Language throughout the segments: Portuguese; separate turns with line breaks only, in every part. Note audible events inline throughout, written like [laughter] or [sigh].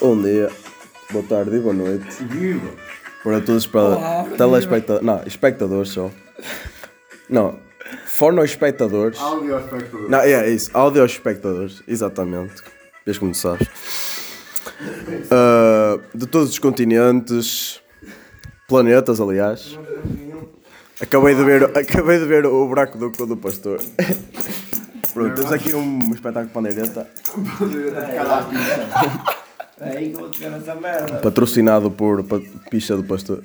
Bom dia, boa tarde e boa noite
Viva!
para todos os
Olá,
telespectadores. Não, espectadores só. Não, fornoespectadores.
Áudio ao espectador.
Não, é, é isso, audio espectadores, exatamente. Vês como sabes. Ah, de todos os continentes, planetas, aliás. Acabei de ver, acabei de ver o buraco do cu do pastor. [laughs] Pronto, temos aqui um espetáculo pandeireta
Aí que eu vou tirar essa merda.
patrocinado por pa Picha do Pastor.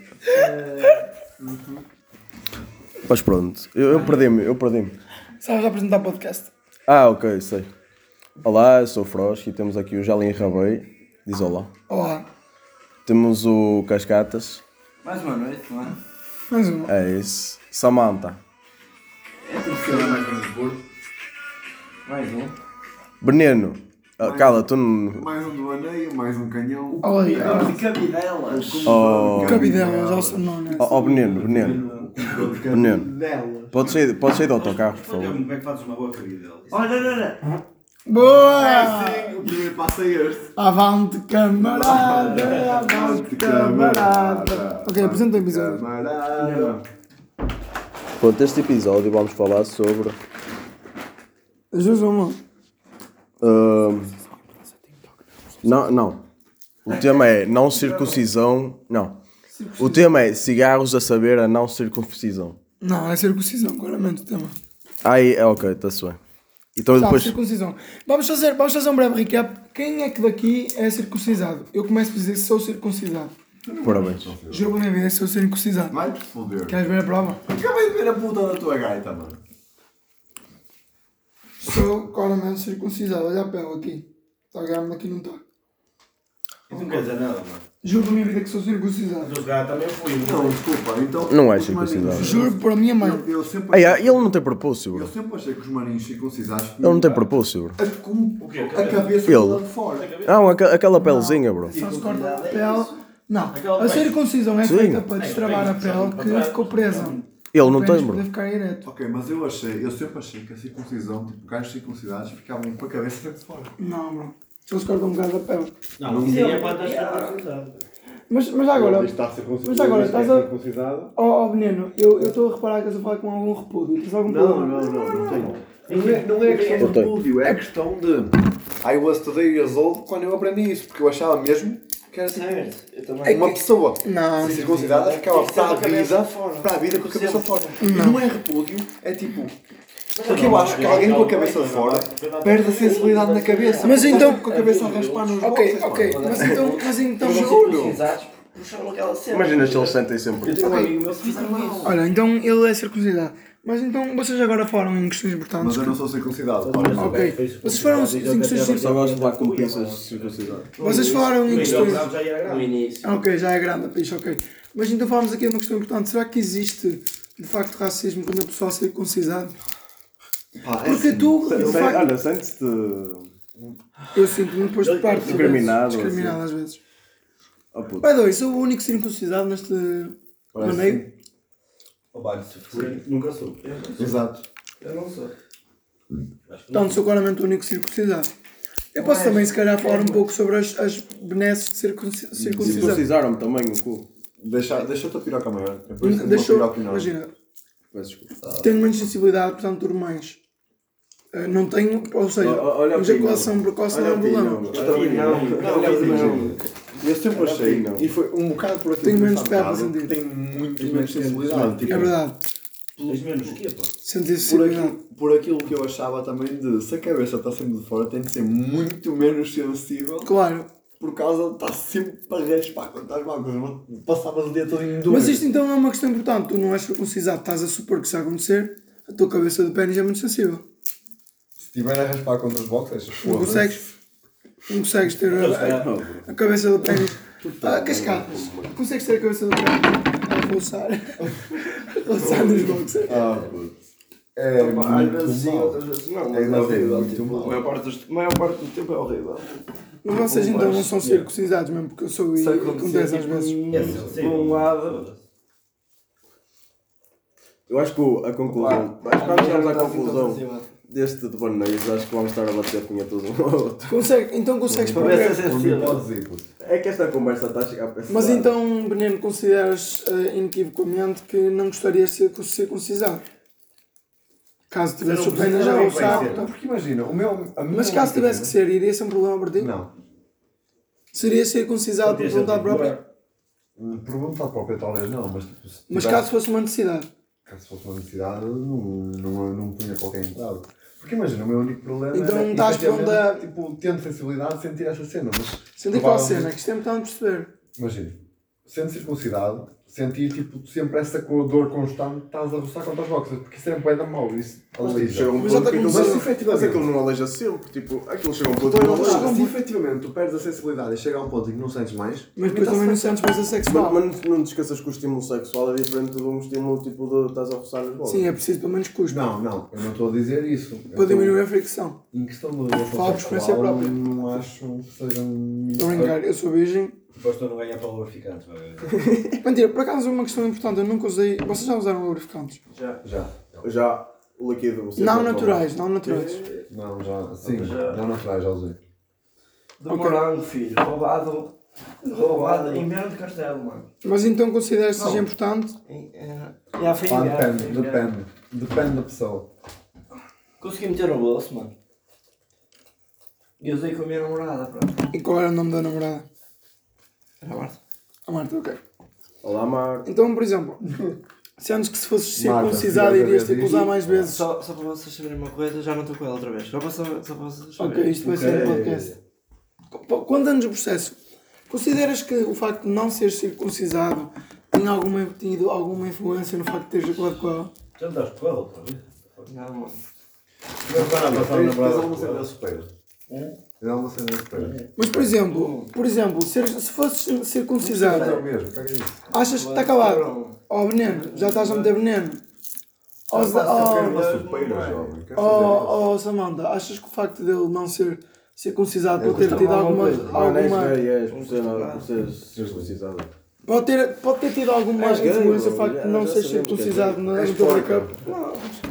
Mas pronto, eu, eu perdi-me, eu perdi-me.
Sabes apresentar podcast?
Ah, ok, sei. Olá, eu sou o Frosch e temos aqui o Jalim Rabei. Diz olá.
Olá.
Temos o Cascatas.
Mais uma noite, mano. Mais uma.
É isso. Samantha.
Mais um.
Beneno. Ah, cala, tu não.
Mais um do aneio, mais um canhão.
Olá, de cabidelas.
Oh,
Cabidelas, ao seu nome. é.
oh, oh Beneno, Beneno. Beneno.
Cabidelas.
Pode sair, pode sair do autocarro, por favor.
Como é que fazes uma boa cabidela?
Olha, não, não. Ah.
Boa!
O primeiro passo é este.
Avante, camarada! Avante,
Avante,
camarada!
camarada.
Ok, apresenta o episódio.
Camarada.
Pronto, este episódio vamos falar sobre.
As duas ou uma?
Ahm, não, não. O tema é não circuncisão. Não. O tema é cigarros a saber a não circuncisão.
Não, é circuncisão, claramente o tema.
Aí, é ok, está-se bem. Então
Tá,
depois.
circuncisão. Vamos fazer, vamos fazer um breve recap. Quem é que daqui é circuncisado? Eu começo por dizer sou circuncisado.
Parabéns.
Juro pela minha vida, sou circuncisado.
Vai-te foder.
Queres ver a prova?
Acabei de ver a puta da tua gaita, mano.
Sou claramente circuncisado. Olha a pele aqui. Está grande, aqui não está.
Isso não quer dizer nada, mano.
Juro pela minha vida que sou circuncisado.
Os gatos também né? fui.
Não, desculpa, então.
Não é
os maninhos-
circuncisado.
Juro por a minha mãe.
Eu, eu sempre.
Aí, ah, ele não tem propósito,
Eu
bro.
sempre achei que os maninhos circuncisados.
Ele não tem propósito, bro.
A, com,
O quê?
a cabeça
Ele.
toda de fora.
Não, aqua- aquela pelezinha, bro.
Só se corta a
Circuncisado é
pele.
isso.
Não,
Aquela
a
pele.
circuncisão é
Sim.
feita para destravar a pele que ficou presa.
Ele não
Para
tem,
poder
bro.
ficar ereto.
Ok, mas eu achei, eu sempre achei que a circuncisão, tipo, gajos circuncidados ficavam com a cabeça sempre de fora.
Não, bro. Só se corta um bocado a pele.
Não, isso aí é para estar escravizado.
Mas, mas agora,
Está a ser considerado.
Mas agora, estás a-
Considerado?
ó ó, Veneno, eu eu estou a reparar que estás a falar com algum repúdio. Tens algum problema?
não, não tenho. Não é, não é questão
Eu
de
tenho.
repúdio, é questão de. I was today years old quando eu aprendi isso, porque eu achava mesmo que era
É
tipo.
É Eu também.
Uma pessoa
Não.
circuncidada ficava
Tem que ser
para a
com a cabeça
vida,
fora.
para a vida com a cabeça fora. E não é repúdio, é tipo. Porque eu acho que alguém com a cabeça de fora perde a sensibilidade na cabeça.
Mas
Estás
então-
sempre com a cabeça a raspar nos
Ok,
boxes,
ok.
mano.
Mas então, mas então.
Circuncisados puxaram aquela cena.
se eles sentem sempre.
Eu tenho um amigo meu que fizeram isso.
Olha, então ele é circuncidado. Mas então vocês agora foram em questões
Mas
importantes.
eu não sou circuncidado, pá.
Ok. Vocês foram em questões.
Só gosto de falar com pistas circuncidadas.
Vocês falaram em
Então,
questões.
já era grave. No início.
Ah, Ok, já é grande a picha, ok. Mas então falamos aqui de uma questão importante. Será que existe de facto racismo quando a pessoa é circuncisada?
Pá, é
assim.
Porque tu, de facto,
sentes-te.
eu sinto-me depois de parte. às
é
vezes.
Discriminado,
Discriminado às vezes.
Oh, puto.
By the way, sou o único circuncisado neste maneiro.
Nunca soube.
Exato.
Eu não sou. Acho que não.
Portanto, sou claramente o único circuncisado. Eu posso também, se calhar, falar um pouco sobre as, as benesses de circunci- circuncisão.
Circuncisaram-me também o cu.
Deixa, deixa a tua piroca maior. Depois
N-
tens
Hum, Deixa
uma
eu,
piroca menor.
imagina,
Peço desculpa.
tenho menos sensibilidade, portanto, durmo mais. Eh, Não tenho, ou seja,
Ó- olha a
ejaculação precoce não é um problema.
Eu sempre achei,
não.
e foi um bocado por aqui.
Tenho menos pé para sentir.
Tem muito menos sensibilidade.
Tipo,
É verdade.
Tens menos o quê, pá?
Senti -se
por, aquilo, por aquilo que eu achava também de se a cabeça está sempre de fora, tem de ser muito menos sensível
Claro.
por causa de estar sempre para raspar quando estás mal, coisa. Passavas o dia todo em dúvida.
Mas isto então é uma questão importante. Tu não és circuncisado, estás a supor que se acontecer, a tua cabeça de pênis é muito sensível.
Se estiver a raspar contra os boxes,
Não consegues. Não consegues ter a, a- a cabeça do pênis. Ah, cascada. Consegues ter a cabeça do pênis a roçar. a roçar nos boxers.
Ah, puto. É
Às
muito
vezes sim,
mal.
outras vezes não.
É
Mas é
muito
horrível.
muito
tipo,
mal.
A maior parte dos- a maior parte do tempo é horrível.
Mas vocês então não são circuncisados mesmo, porque eu sou e
Sabe quando
acontece
se-
tipo,
às vezes.
Por um lado.
Eu acho que o- a conclusão. Acho que vamos chegarmos à conclusão este de bananeiros, é acho que vamos estar a bater punhetas um ao outro.
Consegue, então consegues
Para ver se
pagar.
é
Por mim
sensível.
podes ir, puto.
É que esta conversa está a chegar para esse
Mas
lado.
então, Beneno, consideras eh, inequivocamente que não gostarias de ser circuncisado? Caso tivesse o pena já
Não,
o
vai
sapo.
ser.
então.
Porque imagina, o meu. a minha
Mas caso
mãe-
tivesse que ser, iria ser um problema para ti?
Não. tipo,
Seria circuncisado por vontade própria?
Por vontade própria, talvez não, mas tipo. se
Mas
tivesse-
caso fosse uma necessidade?
Caso fosse uma necessidade, não, não, não punha qualquer entrada. Porque imagina, o meu único problema
Então
era,
não estás
efetivamente,
pronta-
Tipo, tendo sensibilidade, sentir essa cena, mas...
Senti qual
provavelmente-
cena? Que isto é importante perceber.
Imagina, sendo circuncidado, sentir tipo, sempre essa co- dor constante, estás a roçar contra as boxas, porque isso é um bué da mau, isso
Chega
alisa.
um
Mas Então já
ponto
está
que aquilo-
começando.
mas efetivamente- mas aquilo não aleija sempre, tipo, aquilo chega a um ponto que não
Depois,
aleija.
se efetivamente tu perdes a sensibilidade e chega a um ponto em que não sentes mais, então
Mas depois também não sentes mais
Mas,
assexual.
mas não te esqueças que o estímulo sexual é diferente de um estímulo tipo de estás a roçar nas bolas.
Sim, é preciso pelo menos custo.
não, não, eu não estou a dizer isso. Eu
Para
estou-
diminuir a fricção.
Em questão de relação
Falo por experiência
sexual,
própria.
não acho que seja um...
Estou a brincar, eu sou virgem.
Depois estou a não ganhar para lubrificantes, vai ver.
[laughs] Mentira, por acaso uma questão importante, eu nunca usei. Vocês já usaram lubrificantes?
Já.
Já,
Já o líquido você
é.
é
é
Não
já
naturais, não naturais.
não, já, sim,
Já.
já não traz, já usei.
Demorar um filho, roubado, roubado em merda de castelo, mano.
Mas então consideras que seja importante?
É a
Pá, depende, depende, depende da pessoa.
Consegui meter o bolso, mano. E usei com a minha namorada, pronto.
E qual era o nome da namorada?
Era a Marta.
A Marta, ok.
toma. Olá, Marta.
Então, por exemplo, se antes que se fosses
Marta,
circuncisado
se quiseres
irias
ver
tipo usar
vídeo,
mais vezes.
Só, só para vocês saberem uma coisa, já não estou com ela outra vez. Só para, só, só para vocês saberem.
Ok, isto vai ser um
Ok.
podcast. Qu- Quando anos o processo, consideras que o facto de não seres circuncisado tem alguma, tido alguma influência no facto de teres acabado com ela?
Já me das com ela outra vez?
Não, mano.
Não, para
Tens
passar na
tens
brasa.
alguma cena de espelho? Tens alguma cena de espelho?
Mas, por exemplo, por exemplo seres- se fosses
Mas é o
circuncisado,
mesmo, caga isso.
achas que está acabado? Oh, veneno, já estás a meter veneno. Oh,
Mas
Zé-
a
oh,
uma
Deus,
sopeira,
não é?
jovem. Queres fazer
Oh, oh Samanta, achas que o facto dele não ser circuncisado pode ter
custa
tido
alguma
alguma.
coisa.
Mano, és
alguma
gay, és, é, por ser- por seres circuncisado.
pode, ter, pode ter tido alguma
És É, gay,
influência o
bro,
facto de
já-
não
já
ser
sabemos que és
circuncisado
gay.
na
És
no teu
porca.
breakup?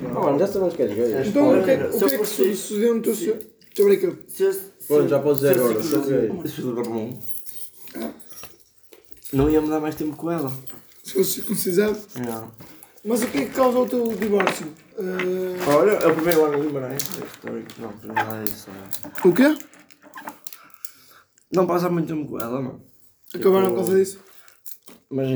Não, mano, já sabemos que és gay.
Então o que, é-
Olha,
o que
só
é que
por
su-
si.
sucedeu no teu, seu- teu breakup?
Se, se,
Pronto, já podes dizer agora, sou gay.
Não ia me dar mais tempo com ela.
Se fosse circuncisado.
Não.
Mas o que é que causou o teu divórcio? Eh,
Olha, é o primeiro ano de Guimarães. é histórico. Não, primeiro ano é isso. não.
o quê?
Não passa muito tempo com ela, mano.
Acabaram por causa disso?
Mas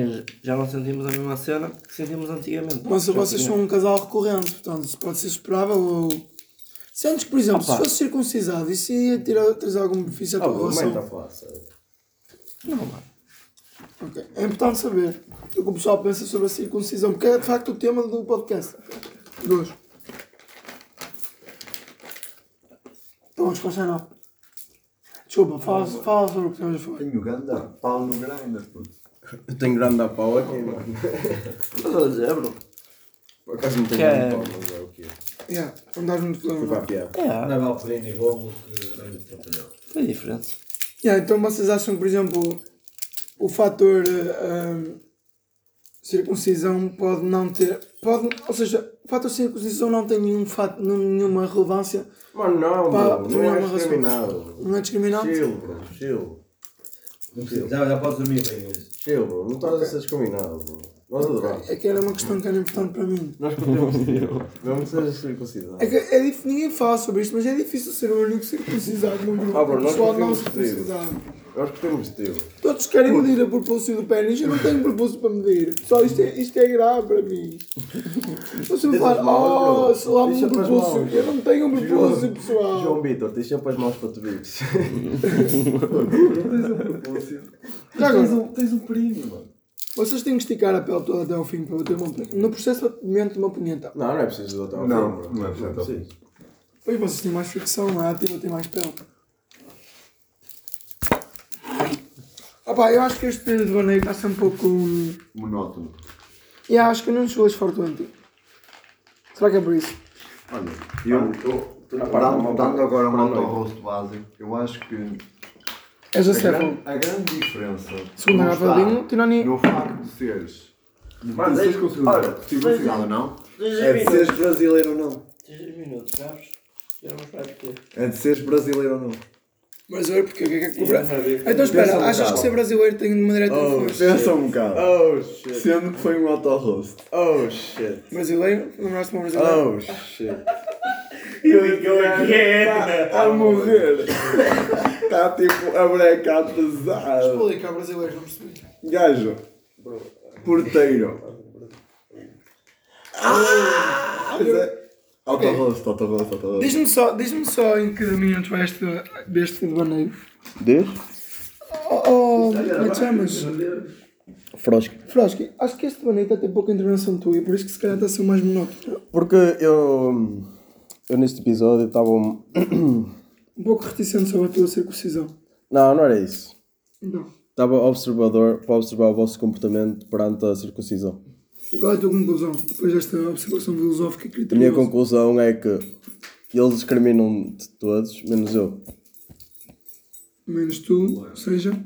já não sentimos a mesma cena que sentimos antigamente.
Mas
Já
vocês
tinha-
são um casal recorrente, portanto, isso pode ser esperável ou. Se antes, por exemplo, se fosse circuncisado, isso ia tirar, trazer algum benefício à
Ah,
tua relação?
Aumenta a fácil.
é.
Ok. É importante saber o que o pessoal pensa sobre a circuncisão, porque é de facto o tema do podcast. Dois. Então, a resposta é não. Desculpa, fala, fala sobre o que estamos a falar.
Tenho ganda, pau no grana, puto.
Eu tenho grande a pau aqui, mano.
Estou a dizer, é, bro.
Por acaso não tenho
Que é-
grande pau, mas é o quê?
Yeah, não dás muito problema,
Fui para a
não.
piada.
É,
Não, não, pedindo igual que não lhe atrapalhou.
foi diferente.
Yeah, então vocês acham, por exemplo, o fator eh, eh, circuncisão pode não ter. Pode, ou seja, o fator circuncisão não tem nenhum fato, nenhuma relevância,
Mano, não,
Pá,
bro,
não é
não é
uma razão.
discriminado.
não é discriminante.
Chill, bro, chill.
Não precisa, já, já podes dormir bem hoje.
Chill, bro, não estás a ser discriminado, bro. Nós adoramos.
É que era uma questão que era importante para mim.
Nós podemos Não sejas circuncidado.
É que é dif- ninguém fala sobre isto, mas é difícil ser o único circuncisado num grupo.
Ah, bro,
O
nós
pessoal não
não temos
circuncisado.
Nós gostamos de ti.
Todos querem medir a propulsão do pênis, eu não tenho propulso para medir. Pessoal, isto é, isto é grave para mim. Vocês vão falar,
mãos,
oh,
é bro. é
se lá me
Deixa
um
para as
propulso,
mãos.
eu não tenho um propulso,
João-
pessoal.
João Vitor, tens sempre as mãos para te [laughs] vires.
Já
Tens
agora,
um, tens um primo, mano.
vocês têm que esticar a pele toda até ao fim para bater uma punheta. No processo de batimento de uma punheta.
Não, não é preciso de outra
Não,
forma.
não é preciso de outra
Pois vocês têm mais fricção, não é? Ativa tem mais pele. Ah pá, eu acho que este período de baneio está-se um pouco... hum,
Monótono.
E acho que não chegou a esforço antigo. Será que é por isso?
Olha,
Eu,
eu,
eu, tu
dando, dando agora uma nota ao é rosto básico, eu acho que
És a
a grande,
Cefalo.
a grande diferença não
Segunda garrafa de
está
vinho, Tinoni.
no facto de seres de
Mano,
seres
é-
considerado
olha,
circuncidado ou não,
2
é de
minutos.
seres brasileiro ou não.
3 minutos, sabes? Eu não esperava que
Antes de seres brasileiro ou não.
Brasileiro, porque o que é que é que
Eu não
cobrar?
sabia que-
Então
Pensa um
espera, achas que
bocado.
ser brasileiro tem de maneira tão
Oh,
forte?
Pensa um bocado.
Oh shit.
Sendo que foi um autorroast.
Oh shit.
Brasileiro? Namoraste com um brasileiro?
Oh shit. Oh,
Here we go again! A morrer! Está tipo a breca
Oh.
pesada.
Explica, brasileiro, não percebi.
Gajo. Porteiro. Ah! Pois é. Autorroast, autorroast, autorroast.
Diz-me só, diz-me só em que domínio tu és de- deste baneio.
Diz?
Oh, oh, como é que te chamas?
Frosco.
Frosky, acho que este baneio está a ter pouca intervenção tua e por isso que se calhar está a ser o mais monótono.
Porque eu. Eu neste episódio estava. um- [coughs]
Um pouco reticente sobre a tua circuncisão.
Não, não era isso.
Então,
Estava observador para observar o vosso comportamento perante a circuncisão.
e qual é a tua conclusão? Depois desta observação filosófica
A
e
minha
criteriosa.
conclusão é que eles discriminam de todos, menos eu.
Menos tu, ou seja...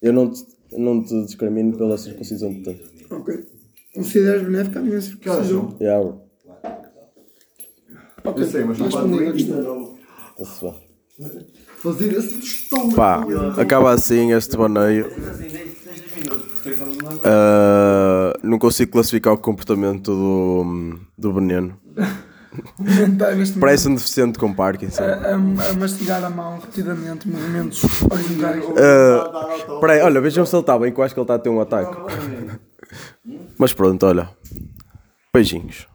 Eu não te, eu não te discrimino pela circuncisão que tens.
Ok. Consideras benéfica a minha
um
circuncisão?
Yeah, bro.
Ok,
Eu sei, mas não
respondido
pode
à questão.
Está-se bem.
Fazer esse tostão.
Pá, acaba assim este baneio.
Assim, desde- desde os minutos, porque um foi quando me lembrei.
Ah, não consigo classificar o comportamento do, do veneno.
Está neste momento
Parece um deficiente com Parkinson.
a, a- a mastigar a mão repetidamente, movimentos horizontais.
Ah, peraí, olha, vejam se ele [laughs] está bem, que eu acho que ele está a ter um ataque. Mas pronto, olha. Beijinhos.